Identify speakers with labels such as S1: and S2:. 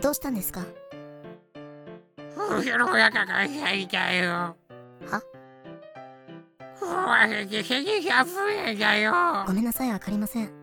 S1: どうしたんですか
S2: 風呂の中が最だよ。
S1: は
S2: 壊れて1 2 0 0円だよ。
S1: ごめんなさい、わかりません。